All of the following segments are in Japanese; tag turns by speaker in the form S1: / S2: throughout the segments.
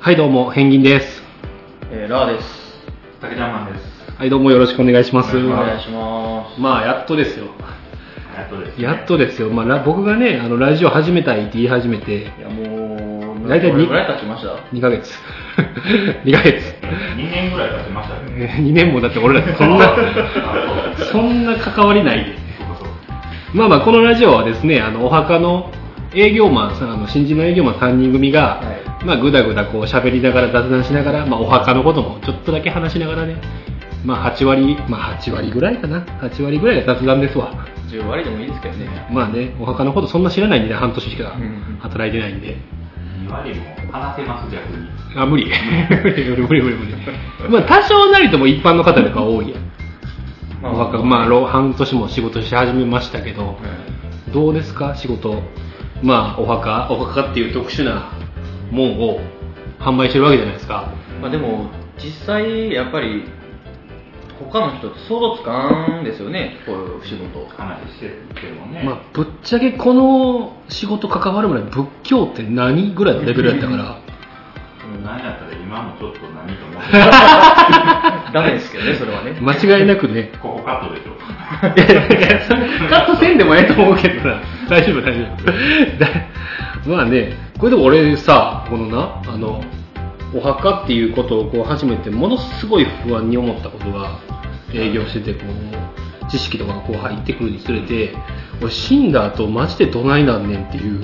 S1: はいどうもペンギンです
S2: えー、ラーです。
S3: 竹ジャンマンです。
S1: はいどうもよろしくお願いします
S3: お
S2: お
S3: 願
S2: 願いします。
S1: まあやっとですよ
S3: やっとです、ね。
S1: やっとですよ、まあ、ラ僕がねあのラジオ始めたいって言い始めて
S2: いや、もう、
S1: 大体
S2: ど
S1: に
S2: れぐらい経ちました
S1: 2ヶ月 2ヶ月
S3: 2年ぐらい経ちましたね。
S1: 2年もだって俺 らそんなそんな関わりないです
S3: そうかそうか
S1: まあまあこのラジオはですねあのお墓の営業マンさんあの新人の営業マン3人組が、
S2: はい
S1: まあぐだぐだこう喋りながら雑談しながら、まあ、お墓のこともちょっとだけ話しながらねまあ8割まあ8割ぐらいかな8割ぐらいが雑談ですわ
S2: ?10 割でもいいですけどね。
S1: まあねお墓のことそんな知らないんでね半年しか
S2: うん
S1: 働いてないんで
S3: 2割も話せます、逆に。
S1: あ無理 無理無理無理無理無理 まあ多少なりとも一般の方の方が多いやん
S2: ま
S1: お墓まあろ半年も仕事し始めましたけど、どうですか仕事まあお墓お墓っていう特殊なもんを販売してるわけじゃないですか
S2: まあでも、実際、やっぱり、他の人って想像つかんですよね、こういう仕事。
S3: 話してるけどね。
S1: まあぶっちゃけこの仕事関わるぐらい仏教って何ぐらいのレベルやったから
S3: 何やったら今もちょっと何と思って、
S2: ダメですけどね、それはね。
S1: 間違いなくね
S3: ここカットでしょ。
S1: いやいやいやそれ カットせんでもええと思うけどな大丈夫大丈夫 だまあねこれでも俺さこのなあのお墓っていうことをこう初めてものすごい不安に思ったことが営業しててこう知識とかがこう入ってくるにつれて俺死んだ後マジでどないなんねんっていう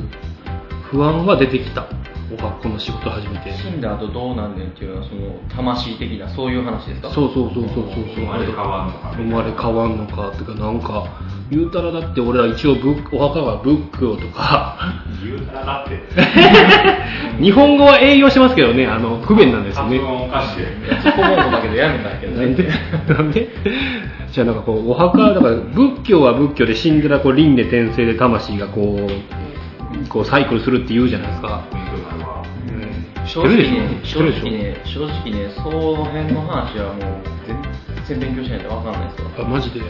S1: 不安は出てきたお墓の仕事始めて
S2: 死んだ後どうなんねんっていうのは、その、魂的な、そういう話ですか
S1: そうそうそうそうそうそう
S3: 生まれ変わんのか
S1: 生まれ変わんのかっていうかなんか言うたらだって俺ら一応ブッお墓は仏教とか
S3: 言うたらだって、
S1: 日本語は営業してますけどねあの不便なんですよ
S3: 発
S1: ね
S3: 音おかしいよね。
S2: そこもだけどやめたんやけど
S1: なん
S2: ね。
S1: で なんでじゃあなんかこうお墓だから仏教は仏教で死んだらこう輪廻転生で魂がこうこうサイクルするって言うじゃないですか、
S3: 勉強になるわ。
S1: 知っ
S2: 正
S1: て
S2: 直
S1: るでし
S2: ね
S1: ょ、知って
S2: 正
S1: るでしょ
S2: 直ね、正直ね、その辺の話はもう全然勉強しないとわかんないですわ。
S1: あマジで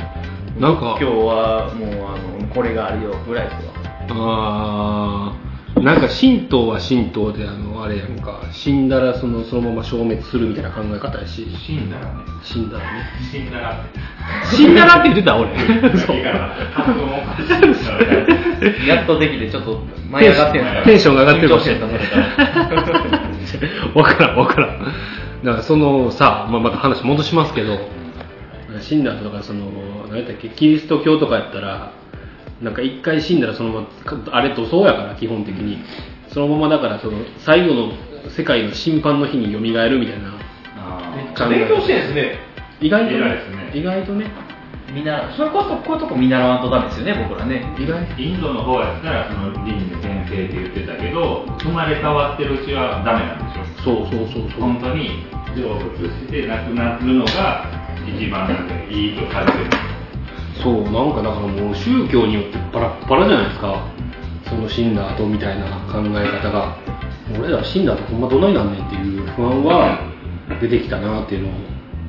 S1: なんか
S2: 今日はもうあのこれがあるよぐらいですわ。
S1: あーなんか神道は神道であのあれやんか死んだらそのそのまま消滅するみたいな考え方やし
S3: 死んだらね、
S1: 死んだらね
S3: 死んだらって。
S1: 死んだなって言ってた俺 そう
S3: だから発音おかしい からね。
S2: やっとできてちょっと舞い上がってんすから。
S1: テンションが上がってるか
S2: 緊
S1: も
S2: 張
S1: し
S2: し
S1: れ
S2: て
S1: な
S2: た
S1: い
S2: んですから。
S1: 分からん分からんだからそのさ、まあ、また話戻しますけど死んだ後だからその何やったっけキリスト教とかやったらなんか一回死んだらそのままあれ土葬やから基本的にそのままだからその最後の世界の審判の日によみがえるみたいな
S3: あ
S2: めっ
S3: ー
S2: ちゃ勉強してんすね。
S1: 意外と
S3: 偉いですね
S1: 意外とね
S2: 見習うそれこそこういうとこ見習わんとダメですよね僕らね。
S1: 意外
S3: インドの方やったら、その輪廻転生って言ってたけど、生まれ変わってるうちはダメなんでし
S1: そう
S3: ょ。
S1: そうそうそう
S3: 本当に成仏して亡くなるのが一番なんかいいとされてる
S1: そうなんかだからもう宗教によってバラッバラじゃないですかその死んだ後みたいな考え方が俺ら死んだ後ほんまどないなんねんっていう不安は出てきたなっていうのを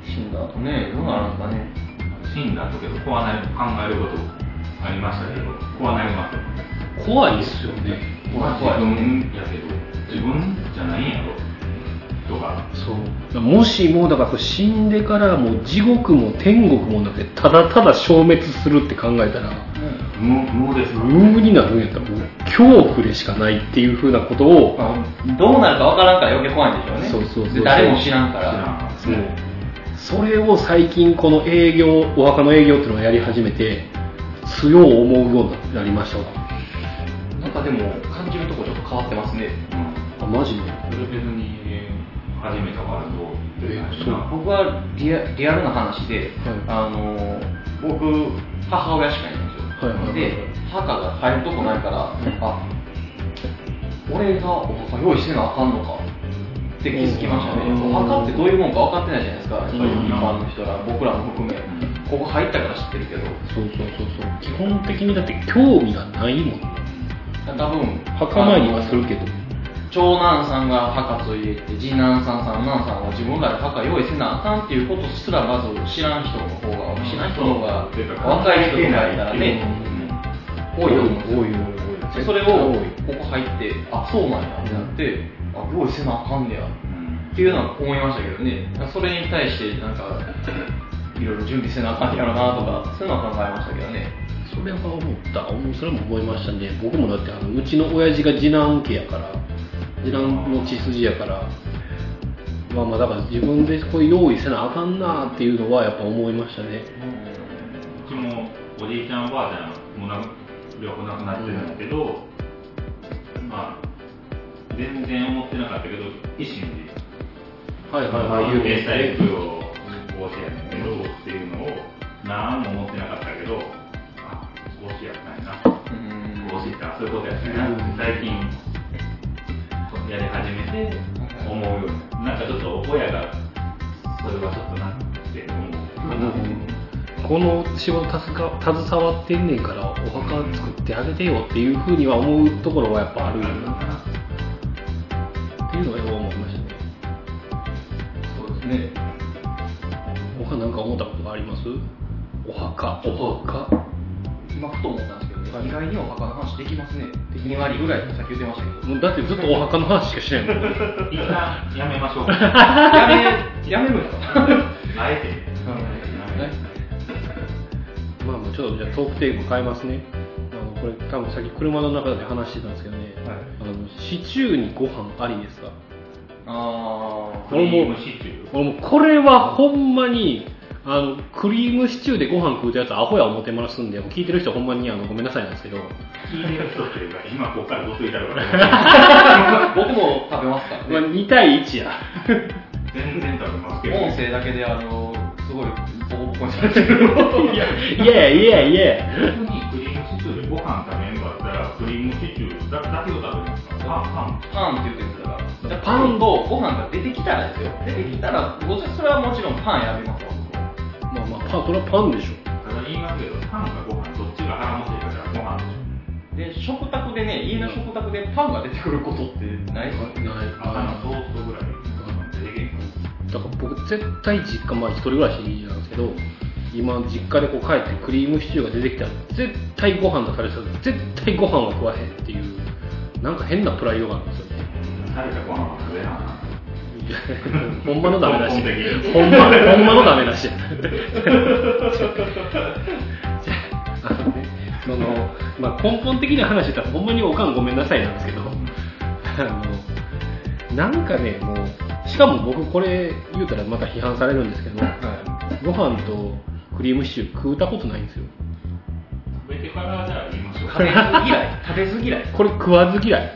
S2: 死んだ後ね、どうなるんですかね。
S3: 死んだ時の怖ない考えることありましたけど怖なりますよ
S1: 怖いっすよね
S3: 怖い
S2: 怖い
S3: 自分やけど自分じゃないんやろとか
S1: そうもしもだから死んでからもう地獄も天国もなくてただただ消滅するって考えたら
S3: 無無ですか
S1: 無になるんやったらもう恐怖でしかないっていうふうなことを
S2: どうなるかわからんから余計怖いんでしょうね。
S1: そうそうそう
S2: で誰も知らんか
S3: 知らん
S2: ら。
S1: そうそれを最近この営業お墓の営業っていうのをやり始めて強う思うようになりましたわ
S2: なんかでも感じるとこちょっと変わってますね。
S3: うん
S1: あマジで
S3: それ別に初めてからどうって感じ
S1: えそう
S3: な
S2: 僕はリアリアルな話で、
S1: はい
S2: あの僕母親しかいないんですよ、
S1: はいはいはい
S2: で墓が入るとこないからあ俺がお墓用意してなあかんのかって気づきましたね
S1: うん
S2: お墓ってどういうもんか分かってないじゃないですかやっぱり
S1: うん
S2: 一般の人ら僕らも含めここ入ったから知ってるけど
S1: そうそうそうそう基本的にだって興味がないもん
S2: 多分
S1: 墓参りはするけど
S2: 長男さんが墓と入れて次男さん三男さんは自分らで墓用意せなあかんっていうことすらまず知らん人の方が知らん人の方が若い人とかいたらね
S3: うん
S2: 多いよ
S1: 多
S2: 多い
S1: いよ多いよ
S2: そ
S1: 絶対
S2: それを
S1: 多い
S2: ここ入ってあそうなんやってなって、あ用意せなあかんねや
S3: うん
S2: っていうのは思いましたけどねそれに対してなんかいろいろ準備せなあかんやろなとかそういうのは考えましたけどね
S1: それは思った思うそれも思いましたね僕もだってあのうちの親父が次男家やから次男の血筋やからまあまあだから自分でこれ用意せなあかんなっていうのはやっぱ思いましたね
S3: うちもおじいちゃんおばあちゃんもな両方亡くなってるんだけど、まあ全然思ってなかったけど維新で
S1: はいはい
S3: まあ
S1: はい
S3: 有名した
S1: ね
S3: 役を帽子やねんけどっていうのを何も思ってなかったけどあ帽子やったんやな
S2: うん
S3: 帽子ってあそういうことやったんやなって最近やり始めて思うようにななんかちょっと親がそれはちょっとなって思う、
S1: この仕事携わ携わってんねんからお墓作ってあげてよっていうふうには思うところはやっぱあるよなっていうのはやっぱ思いましたね
S2: そうですね
S1: 他なんか思ったことがありますお墓お墓
S2: 今ふと思ったんですけど、ね、意外にお墓の話できますね2割ぐらいさっき言って ましたけど
S1: もうだってずっとお墓の話しかしないもん
S3: 一旦やめましょう
S2: やめ、やめ るんですか
S3: あえて
S1: まあもうちょっとじゃあトークテーマ変えますね。あのこれ多分さっき車の中で話してたんですけどね。
S2: はい
S1: あのシチューにご飯ありですか。
S2: あ ー
S3: クリームシチュー
S1: 俺もうこれはほんまにあのクリームシチューでご飯食うたやつアホや思ってますんで、もう聞いてる人ほんまにあのごめんなさいなんですけど。
S3: 聞いてる人っていうか今ここからごついたるから
S2: 僕も食べますから
S1: まあ
S2: ね
S1: 2対1や。
S3: 全然食べますけど
S2: 音声だけであのすごいボコボコにされてる
S1: いや いやいやいや。
S3: 本当にクリームシチューでご飯食べんかったらクリームシチューだけを食べますからパンパン
S2: パンって言ってるからじゃあパンとご飯が出てきたらですよ出てきたらごちそれはもちろんパン選びますわ僕
S1: ま
S2: は
S1: あまあパンそれはパンでしょ。
S3: ただ言いますけどパンかご飯どっちが腹持ちいいかじゃあご飯でし
S2: で食卓でね家の食卓でパンが出てくることってないですか
S1: ない
S3: ょ朝のトーストぐらい出てけんか
S1: だから僕絶対実家まあ一人暮らしなんですけど今実家でこう帰ってクリームシチューが出てきたら絶対ご飯出されてた絶対ご飯は食わへんっていうなんか変なプライドがあるんですよね
S3: 食べたご飯は食べなあかん
S1: いや ほんまのダメだし
S3: 根本的
S1: ほんまほんまのダメだ しあのねその、まあ、根本的な話だったらほんまにおかんごめんなさいなんですけどあのなんかねもうしかも僕これ言うたらまた批判されるんですけど
S2: は
S1: ご飯とクリームシチュー食うたことないんですよ
S3: 食べてからじゃあ言いましょう
S2: 食べず嫌い食べず嫌い
S1: これ食わず嫌い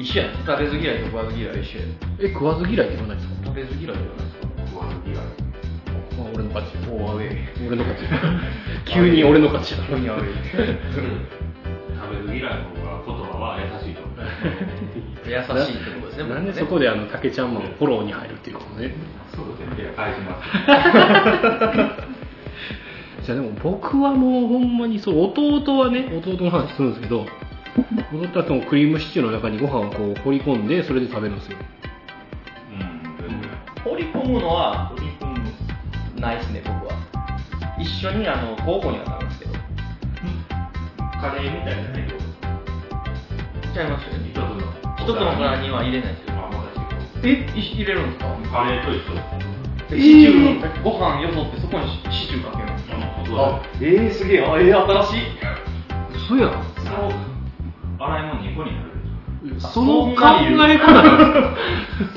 S2: 一緒や食べず嫌いと食わず嫌い一緒や
S1: え食わず嫌いって言わないですか
S2: 食べず嫌いじゃないですか
S3: ご飯以外
S1: あ俺の勝ち
S2: おーアウェイ
S1: 俺の勝ち 急に俺の勝ちだ
S2: 急にアウェ イ
S3: 食べる嫌いの方が言葉は優しいと思う
S2: 優しいってことですね
S1: なんでそこであの竹ちゃんマンフォローに入るっていうことね
S3: すぐ先生が返します
S1: じゃあでも僕はもうほんまにそう弟はね弟の話するんですけど弟はそのクリームシチューの中にご飯をこう放り込んでそれで食べるんですよ
S3: うんどれぐらい
S2: 放り込むのは
S3: 取り込む
S2: ないですね僕は一緒にあの高校にはなるんですけど
S3: カレーみたいじゃないけど
S2: ちゃいますよね
S3: 一つの
S2: 一つの皿には入れないですよ
S3: まあまだし
S2: え入れるんですか
S3: カレーと一緒です
S2: シチュー、ご飯よそってそこにシチューかけるんです
S3: あのそうだ
S2: あえー、すげえあえー、新しい
S1: 嘘やん
S3: その洗い物2個になるでし
S1: その考え方
S3: ょ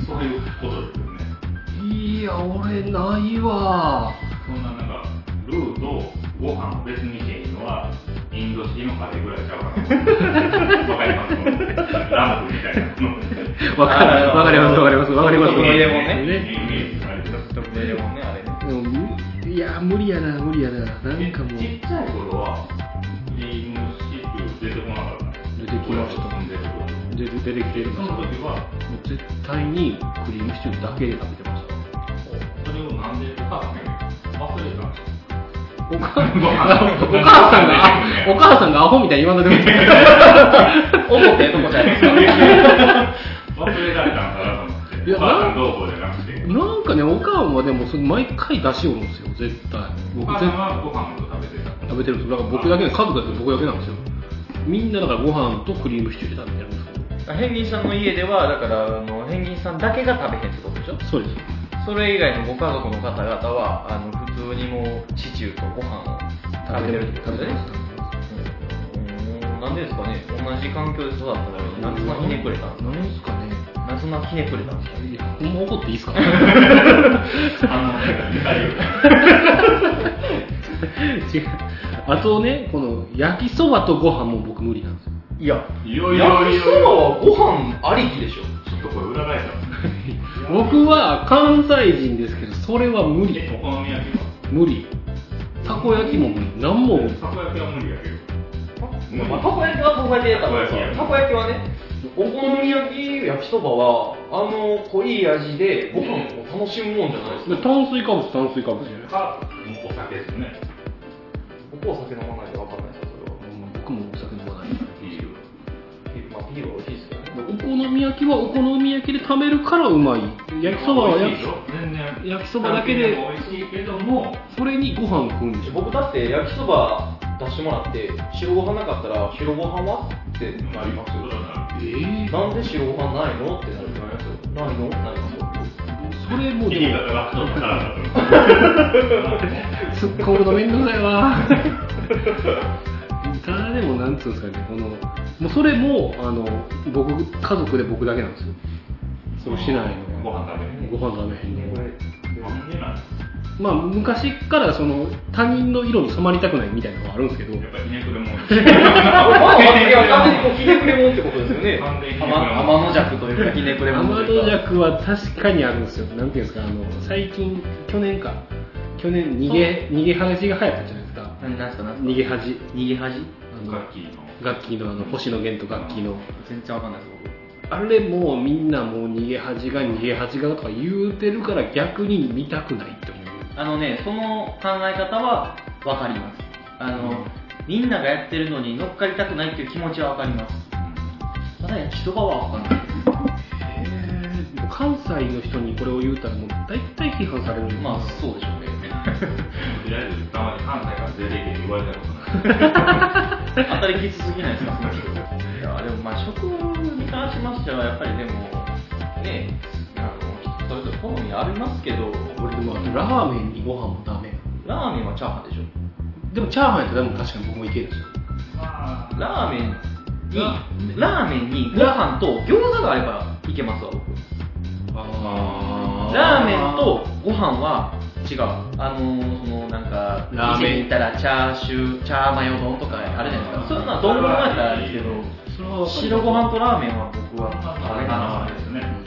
S3: そういうことですよね
S1: いや俺ないわ
S3: そんななんかルーとご飯を別にしていいのはインド式のカレーぐらいちゃうかなわかりますラムみたいなの
S1: わかるわかりますわかりますわかります
S2: 特命も
S3: イメ
S2: ね
S3: ージあれです
S2: 特命レモンねあれね
S1: でもむいや無理やな無理やななんかもう
S3: ちっちゃい頃はクリームシチュー出てこなかった
S1: 出てきました
S3: 出てくる
S1: 出て出てきてる
S3: そ
S1: な
S3: の
S1: もう
S3: 時は
S1: 絶対にクリームシチューだけで食べてました
S3: それをなんでお母さんが忘れたんですか
S1: お母お母さんがあお母さんがアホみたいに言わんといてくれ
S2: 思ったやつもじゃないですか
S3: 忘れられたんかなと思って
S1: いや
S3: お母さんどうこうじゃなくて
S1: なんかねお母さんはでもそれ毎回出しよるんですよ絶対
S3: お
S1: 僕
S3: 母
S1: 絶
S3: さんはご飯を食べてた
S1: 食べてるんですよだから僕だけで家族だって僕だけなんですよみんなだからご飯とクリームシチューで食べてるんです
S2: ペンギンさんの家ではだからあのペンギンさんだけが食べへんってことでしょ
S1: けどそうです
S2: それ以外のご家族の方々はあの普通にもうシチューとご飯を食べてるってこと
S1: 食べ
S2: で
S1: て
S2: ね
S1: ます
S2: うんなんでですかね同じ環境で育ったのに夏のひねくれたんですか
S1: なんですかね
S2: 夏のひねくれたんですか
S1: いやほんま怒っていいですか
S3: あの、怒りを。
S1: 違うあとねこの焼きそばとご飯も僕無理なんですよ
S2: いや
S3: いろいろ
S2: 焼
S3: い
S2: きそばはご飯ありきでしょ
S3: ちょっとこれ裏返した。
S1: 僕は関西人ですけどそれは無理
S3: え、お好み焼きは
S1: 無理たこ焼きも無理なんも無理
S3: たこ焼きは無理やけど。うん
S2: まあたこ焼きはたこ焼きでたからさ
S3: たこ焼き
S2: たこ焼きはねお好み焼き焼きそばはあの濃い味でご飯を楽しむもんじゃないですか
S1: で炭水化物炭水化物じゃない
S3: か、もうお酒ですね。
S2: 僕は酒飲まないと分かんないですよそれは
S1: 僕もお酒飲まない
S3: ビール。
S2: まあビールは美味しいですけどね
S1: お好み焼きはお好み焼きで食べるからうまい焼きそばは
S3: 美
S1: 焼
S3: 味
S1: き
S3: しいよ全然。
S1: 焼きそばだけで
S3: 単品も美味しいけども、
S1: それにご飯食うんでしょ
S2: 僕だって焼きそば出してもらって白ご飯なかったら白ご飯はってなりますよ
S1: え
S3: す
S1: え
S2: なんで白ご飯ないのってなりますよないのなりますよ
S1: それも
S3: 切り
S1: で
S3: 方
S1: も
S3: がそうから
S1: 突っ込むのめんどくさいわただでもなんつうんですかねこのもうそれもあの僕家族で僕だけなんですよそうしないの
S3: ご飯食べ
S1: ご
S3: る
S1: 飯食べへんの
S3: なんでなんですか
S1: まあ昔からその他人の色に染まりたくないみたいなのがあるんですけど
S3: やっぱりひねくれもん。
S2: あまあ、いや、完全にこうひねくれもんってことですよね。
S3: 完全にひねくれもん
S2: 天天の弱というか、ひねくれもんと
S1: 天
S2: いう
S1: の
S2: か。
S1: 弱は確かにあるんですよ、なんていうんですか、あの最近、去年か、去年逃げ、逃げ恥が流行ったじゃないですか、
S2: 何なんすか、なんすか。
S1: 逃げ恥、
S2: 逃げ恥
S1: あ
S3: ガ
S1: の
S3: ッキーの。
S1: ガッキーのあの星野源とガッキーの、
S2: 全然わかんないです、
S1: あれもうみんなもう逃げ恥が、逃げ恥がとか言うてるから、逆に見たくないって思う。
S2: 僕。あのね、その考え方はわかります。あの、みんながやってるのに乗っかりたくないっていう気持ちはわかります。ただ、焼きそばはわかんないです。
S1: もう関西の人にこれを言うたら、もう大体批判されるんですよ
S2: まあ、そうでしょうね。
S3: とりあえず、たまに関西から出てきて言われたことない。
S2: 当たりきつすぎないですか、いや、でもまあ、食に関しましては、やっぱりでも、ね、あの、それぞれ好みありますけど、
S1: 俺でもあとラーメンにご飯もダメ
S2: ラーメンはチャーハンでしょ。
S1: でもチャーハンやったらでも確かに僕もいけるんですよ
S3: まあ、
S2: ラーメン
S1: ラ
S2: に、ラーメンにご飯と餃子があればいけますわ、僕。
S1: あ
S2: ラーメンとご飯は違う。あのー、その、なんか、
S1: ラーメン
S2: 店に行ったらチャーシュー、チャーマヨ丼とかあるじゃないですか。そういうのは丼物やったらあれですけど、
S1: それは分かる
S2: 白ご飯とラーメンは僕は
S3: あ
S2: 食
S3: れ
S2: べ
S3: か
S2: な
S3: ないですね。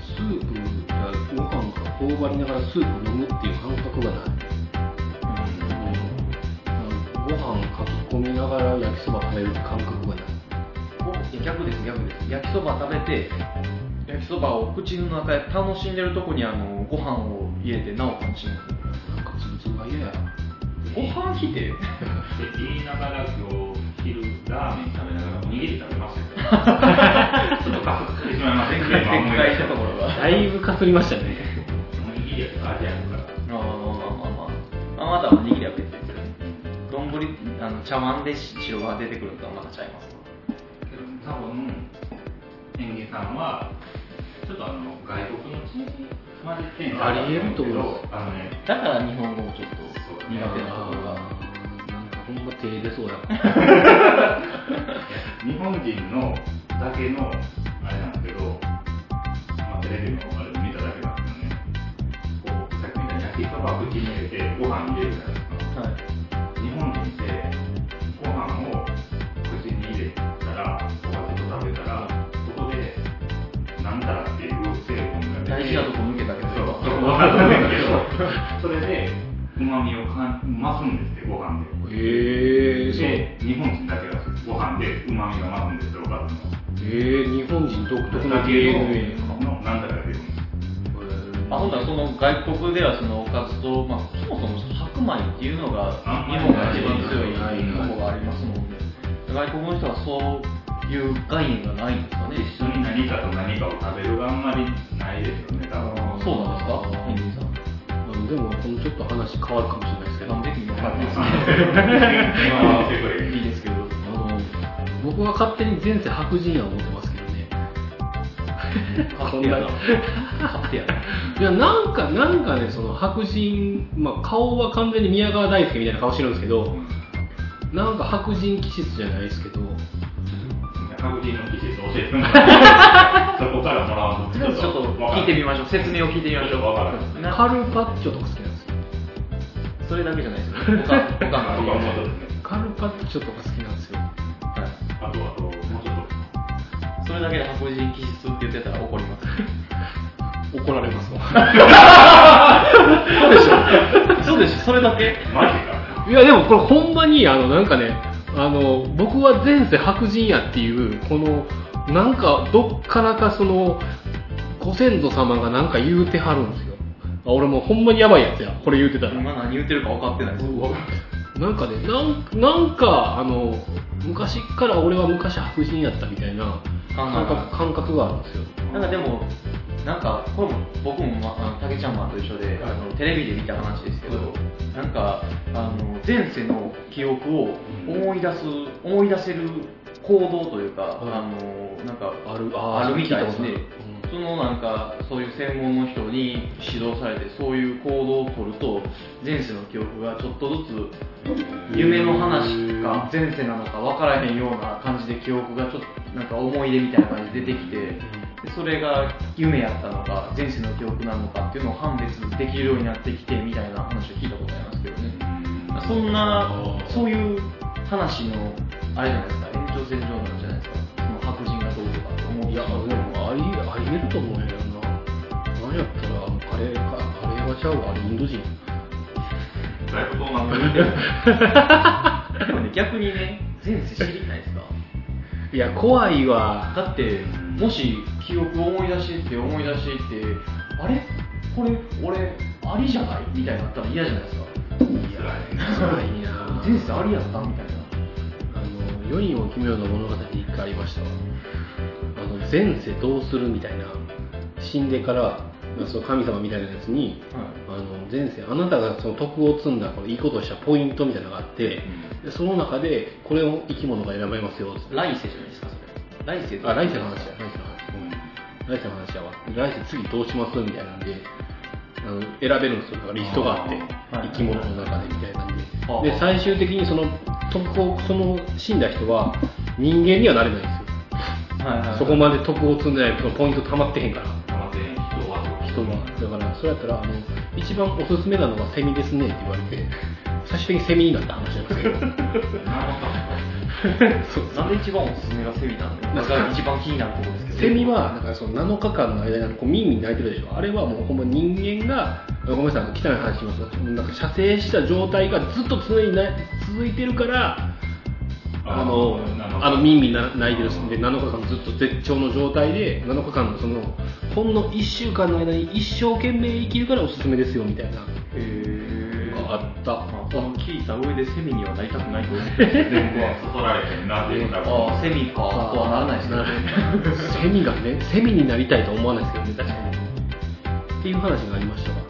S1: スープがご飯が頬張りながらスープ飲むっていう感覚がない、ご飯かき込みながら焼きそば食べるって感覚がない
S2: 逆です逆です焼きそば食べて焼きそばを口の中で楽しんでるとこにあのご飯を入れてなおかしむ
S1: なんかつぶつぶが嫌や
S2: ご飯否定
S3: って言いながら今日昼ラーメン食べながらおにぎり食べ ましたよちょっとカスってしまいませんけど今
S2: 展
S3: 思い
S2: 開
S3: 出
S2: し
S3: した
S2: ところが
S1: だいぶかすりましたね
S3: おにぎりやったら味あるから
S2: まあまあまあまあまあまあまたおにぎりは別ですよね丼あの茶碗で白が出てくるとはまたちゃいます
S3: けど多分園芸さんはちょっとあの外国の地まで転
S1: ありえると思います
S3: あのね
S2: だから日本語もちょっと苦手なところが
S1: なんかほんま手出そうや
S3: 日本人のだけのあれなんですけど、まあ、テレビのあれで見ただけなんですよねこうさっきみたいに焼きそばを口に入れてご飯入れるじゃないですか
S2: はい
S3: 日本人ってご飯を口に入れたらおかずと食べたらそこでなんだらっていう成分が
S2: 大事なとこ抜けたけど
S3: そうそこはそうだけどそれでうまみをか増すんですってご飯
S1: へ
S3: で
S1: えそう
S3: で日本人だけがご飯でうまみが増すんですっておかずの
S1: えー、日本人独特
S3: だ
S1: な
S3: け
S1: DNA
S3: のなんだら出るんです
S2: あほんならその外国ではそのおかずと、まあ、そもそも白米っていうのが
S3: あ
S2: 日本が一番強いところがありますもんね外国の人はそういう概念がないんですかね
S3: 一緒に何かと何かを食べるがあんまりないですよね多分
S2: そうなんですか
S1: あのでもこのちょっと話変わるかもしれないですけ
S2: ヘンリ
S1: ど
S2: ーさん完璧に分かんないです
S3: 今は
S2: けどいいですけど
S1: あのは勝手に前世白人や思ってますけどね。
S2: 勝手やな
S1: そん
S2: 勝手やない
S1: や、なんか、なんかね、その白人、まあ、顔は完全に宮川大輔みたいな顔してるんですけど、なんか白人気質じゃないですけど、
S3: 白人の技術教えてもらうそこからもらわん
S2: ちょっと聞いてみましょう説明を聞いてみましょう
S3: わからん
S2: な
S1: カルパッチョとか好きなんですよ。
S2: それだけじゃないですよ他他
S3: とか
S2: の
S3: もうちょっとですね
S1: カルパッチョとか好きなんですよ。
S2: はい
S3: あとあともうちょっと
S2: それだけで白人気質って言ってたら怒ります
S1: 怒られますわ。
S2: そうでしょそうでしょそれだけ
S3: マジか
S1: いやでもこれほんまにあのなんかねあの僕は前世白人やっていうこのなんかどっからかそのご先祖様がなんか言うてはるんですよあ俺もうほんまにやばいやつやこれ言うてたら
S2: 今何言ってるか分かってないです
S1: なんかねなんなんかあの昔から俺は昔白人やったみたいな
S2: 感
S1: 感覚
S2: 覚
S1: 感覚があるんですよ
S2: なんかでもなんかこれも僕もまあの竹ちゃんマンと一緒で、あのテレビで見た話ですけど、なんかあの前世の記憶を思い出す、思い出せる行動というか、
S1: はい
S2: あのなんか
S1: ある
S2: あるみたいですね
S1: 聞たこ
S2: そのなんかそういう専門の人に指導されてそういう行動をとると前世の記憶がちょっとずつ夢の話か前世なのか分からへんような感じで記憶がちょっとなんか思い出みたいな感じで出てきてでそれが夢やったのか前世の記憶なのかっていうのを判別できるようになってきてみたいな話を聞いたことありますけどねそんなそういう話のあれじゃないですか延長線上なんじゃないですかその白人がどうとかって思う
S1: いやでもありありえると思うんやけどな何やったらあのカレーかカレーはちゃうわあれインド人
S3: だいぶどうなんだろう
S2: でもね、逆にね、前世知りたいですか
S1: いや怖いわ
S2: だって、もし記憶を思い出してって思い出してって、あれこれ、俺、ありじゃないみたいになったら嫌じゃないですか。
S1: 辛いな
S2: 前世ありやったみたいな。
S1: あの世にも奇妙な物語で一回ありましたわあの前世どうするみたいな死んでからその神様みたいなやつにあの前世あなたがその徳を積んだこれいいことをしたポイントみたいなのがあってでその中でこれを生き物が選べますよつって
S2: 来世じゃないですか、それ。来世
S1: あ来世の話だ来世の話来世の話やわ来世次どうしますみたいなんであの選べるんですよだからリストがあって
S2: あーはい
S1: 生き物の中でみたいなんで
S2: あー
S1: で最終的にその徳をその死んだ人は人間にはなれないんですよ
S2: はいはいはい
S1: そこまで徳を積んでないとポイント溜まってへんから
S3: まず人は
S1: 人がだからそれやったらあの一番おすすめなのはセミですねって言われて最終的にセミになった話なんですけど そう
S2: なんで一番おすすめがセミなん で、僕が一番気になるところですけど。
S1: セミはなんかその7日間の間にこうミーミー鳴いてるでしょあれはもうほんま人間がごめんなさい汚い話しますがなんか射精した状態がずっと常にな続いてるからあのあのミーミーな鳴いてるんで7日間ずっと絶頂の状態で7日間のそのほんの1週間の間に一生懸命生きるからおすすめですよみたいな
S2: へー
S1: のがあった
S2: ああの聞いた上でセミにはなりたくないと思う。
S3: 全部はそそられてんなっていうか
S2: ああ、セミか。
S1: あ
S2: とはならないですね。
S1: セミがねセミになりたいとは思わないですけどね確かにっていう話がありま したから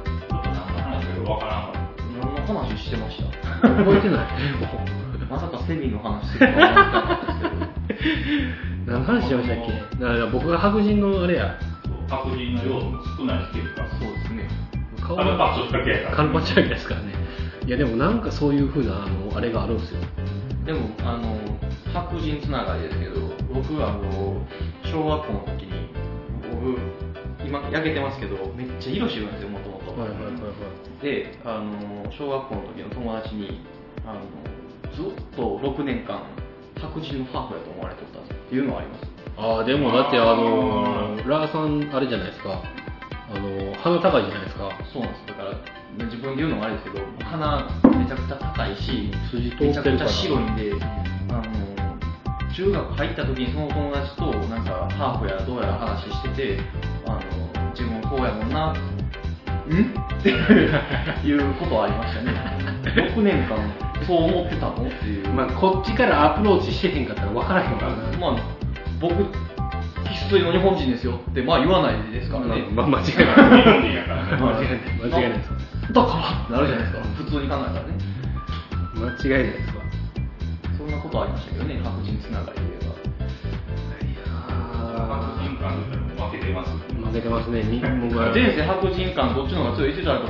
S3: ちょっと何の話かよくわからんかっ
S2: 何の話してました
S1: 覚えてない
S2: まさかセミの話してるとは思わなかったです
S1: 何話しましたっけだから僕が白人のあれや
S3: たそう白人の要素も少ないし結構
S2: けど。そうですね。
S1: 顔
S3: カルパ
S1: が
S3: ッチョだけやから
S1: カルパッチョですからねいやでもなんかそういうふうなあのあれがあるんですよ
S2: でも、あの、白人つながりですけど、僕はあの、小学校の時に、僕、今焼けてますけど、めっちゃ色白いんですよ、もともと。で、あの、小学校の時の友達に、あの、ずっと6年間、白人のハーフやと思われておったっていうのはあります。
S1: ああでもだってあのーラーさんあれじゃないですかあのー鼻高いじゃないですか
S2: そうなんです。だから、自分で言うのもあれですけど、鼻めちゃくちゃ高いし、
S1: 筋通
S2: め
S1: っ
S2: ちゃ
S1: て
S2: く
S1: る
S2: ち
S1: か
S2: ゃ
S1: ら
S2: 白いんで、あの中学入った時にその友達となんかハーフやらどうやら話しててあの自分こうやもんなんっていうことはありましたね6年間そう思ってたのっていうま
S1: まあこっちからアプローチしてへんかったら分からへんからな
S2: あ、僕生粋の日本人ですよってまあ言わないですからね、
S1: まあ間違い
S3: 日
S1: ない
S3: 本人やからね
S1: 間違いない間違いないです
S2: だからってなるじゃないですか普通に考えたらね
S1: 間違いないですわ
S2: そんなことことはありましたけどね、白人つながりでは。
S3: 白人間だったら負けてます。
S1: 負けてますね、日本が。
S2: 前世白人間、どっちの方が強いって言って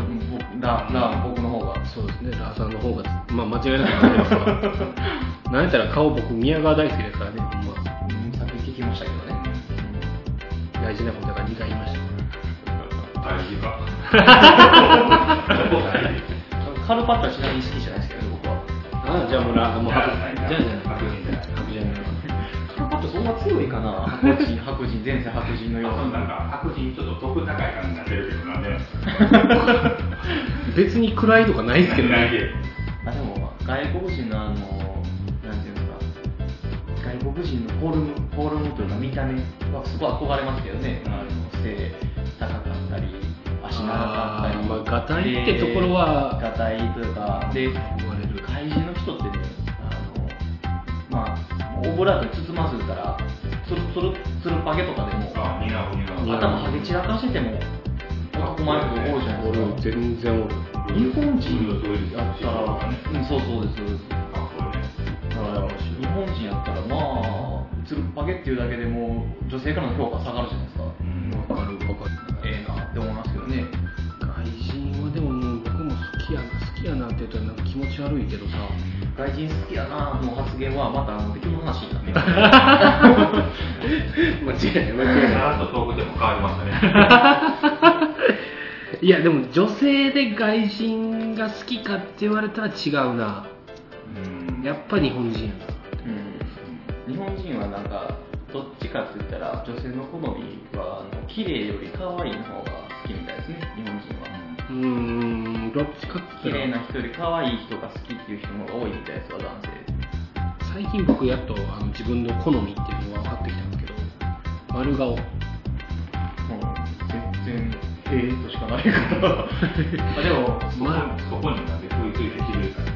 S2: たら、僕ら、ら僕の方が。
S1: そうですね、ラーさんの方が、まあ間違いなく強いですから。なんやったら顔僕、宮川大好きですからね、ほんま
S2: うんさっき聞きましたけどね。
S1: 大事なことだから2回言いまし
S3: 大事か。
S2: カルパッチャちなみに好きじゃないですけどね、僕は。
S1: た。ああ、じゃあもうラー、もう白人、じゃあじゃあ
S3: 白人じゃない。
S1: 白人じゃない
S2: カルパッチャそんな強いかな白人、白人、前世白人のよう
S3: そうなん
S2: な。
S3: か白人ちょっと得高い感じになってるけどなんでなんですか。
S1: 別に暗いとか ないですけどね。
S2: あ、でも、外国人のあの、なんていうんですか、外国人のフォルム、フォルムというか見た目はすごい憧れますけどね。あの背高かったり、足長かった
S1: あー
S2: り。
S1: まあガタイってところは
S2: でガタイというか、で、
S1: 言われる。
S2: 外人の人ってね、あの、まあ、オブラートに包まずから、つるつる、つるパゲとかでも、
S3: あ、似合う似合う。
S1: 似合う
S2: 頭はげ散らかしてても、男前の人多いじゃない
S1: 俺
S2: ですか。
S1: 全然おる。
S2: 日本人やったら、うん、そうそうです。
S3: かっこいいね。
S2: だから日本人やったら、まあ、つるパゲっていうだけでも、女性からの評価下がるじゃないですか。
S3: うん。
S1: わかるわかる。
S2: ええなって思いますけどね。
S1: 外人はでももう僕も好きやな、好きやなって言ったらなんか気持ち悪いけどさ。
S2: 外人好きやなぁの発言は、また、あの、敵の話になって
S1: 間違いない、
S3: ガ
S1: 間違いない。
S3: ラッと遠くでも変わりましたね。
S1: いやでも女性で外人が好きかって言われたら違うな
S3: うん。
S1: やっぱ日本人や
S2: うん、日本人はなんかどっちかって言ったら女性の好みはあの綺麗より可愛いの方が好きみたいですね日本人は
S1: なうーんどっちかって
S2: 綺
S1: 言っ
S2: 麗
S1: たら
S2: な人より可愛い人が好きっていう人の方が多いみたいですわ男性
S1: 最近僕やっとあの自分の好みっていうのが分かってきたんだけど丸顔
S2: うん全然ええー、としかないからあでも
S1: ま
S3: そこそこになんて食いついてきるから。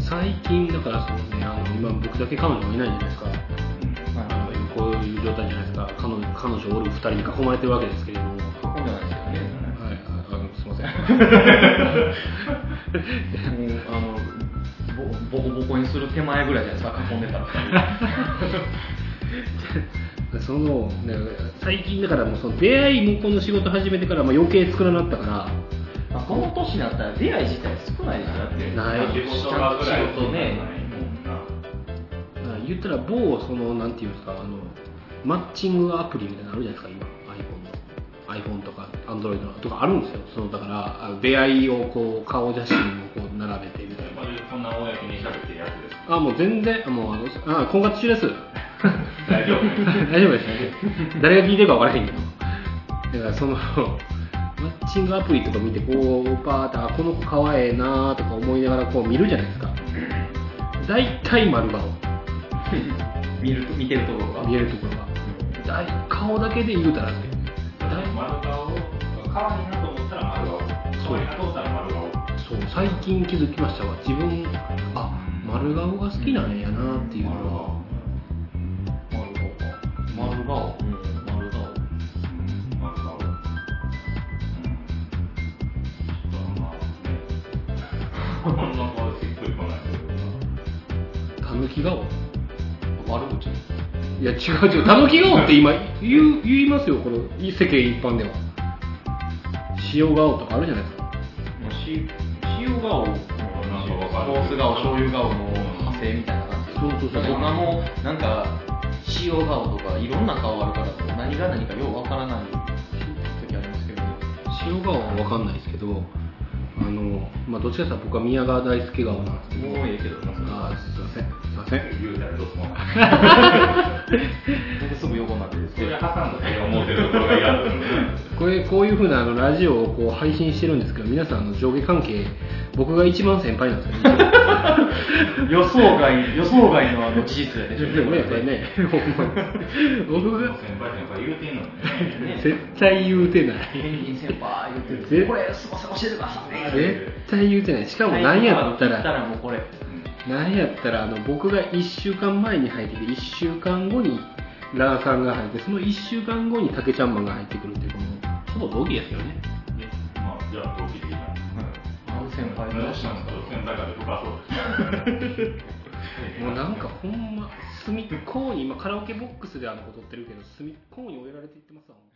S1: 最近だからそのねあの今僕だけ彼女もいないじゃないですか
S2: まあ
S1: あの今こういう状態じゃないですか彼女彼女おる2人に囲まれてるわけですけれども
S2: そこじゃないですよね
S1: はいああのすいません
S2: もうあのボボコボコにする手前ぐらいじゃないですか囲んでたら
S1: その、ね、最近だからもうその出会いもこの仕事始めてからまあ余計作らなったから
S2: まあこの年になったら出会い自体少ないですよ
S3: だって、
S1: ない
S3: 仕事場ぐらいしかないもんな。
S1: まあ言ったら某そのなんていうんですかあのマッチングアプリみたいなのあるじゃないですか今 iPhone の iPhone とか Android のとかあるんですよそのだからあの出会いをこう顔写真をこう並べてみたいな
S3: これこんな公に喋ってるやつです。
S1: あもう全然もうあのあ婚活中です
S3: 大丈夫。
S1: 大丈夫です誰が聞いてるか分からへんけどだからそのマッチングアプリとか見てこうパーッとあこの子かわええなーとか思いながらこう見るじゃないですか大体丸顔
S2: 見る見てるところが
S1: 見えるところが大顔だけで言うたらね
S3: 丸顔を、可愛いなと思ったら丸顔。可愛いなと思ったら丸顔。
S1: そう最近気づきましたわ自分あ丸顔が好きなんやなっていう
S3: 丸
S1: のは
S3: 顔。
S2: 丸顔か丸顔うん丸顔
S3: うん丸顔。うん。ちょっとまあね、ほんのこうしっくりこないけど
S1: たぬき顔
S2: 悪口
S1: いや違う違うたぬき顔って今言う言いますよこの世間一般では塩顔とかあるじゃないですか
S2: まあし塩顔なんか
S3: わかる
S2: ソース顔醤油顔の派生みたいな感じ
S1: そうそうそう
S2: 大人もなんか塩顔とかいろんな顔あるから何が何かようわからない時ありますけどね
S1: 塩顔は分かんないですけどあの、まあ、どっちかというと僕は宮川大輔顔なんですけど
S2: もうええけどなそれ
S1: あーすいませんすいません
S3: な。言うたらどうすんの
S2: 僕すぐ横になってです
S3: それ挟んだ手が思ってるところが嫌だったんで。
S1: これこういうふうなあのラジオをこう配信してるんですけど皆さんあの上下関係僕が一番先輩なん ですよね
S2: 予想外予想外のあの事実やでしょ
S1: でもねこれ ねほんまに僕が
S3: 先輩先輩言うてんのにね。
S1: 絶対言うてない
S2: 芸人先輩言って
S1: ぜ
S2: てこれすいません教えてくださいね
S1: 絶対言うてないしかも何やった
S2: 言った
S1: ら
S2: らもうこれ
S1: 何やったらあの僕が1週間前に入ってて1週間後にラーさんが入ってその1週間後に竹ちゃんマンが入ってくるっていうこのほぼ同期ですよね
S3: えまあ、じゃあ同期でいいかな。
S2: あの先輩どうしたんですか
S3: 先輩から深そうです。
S1: もうなんかほんま、隅っこに、今カラオケボックスであの踊ってるけど、隅っこに終えられていってますわ、もう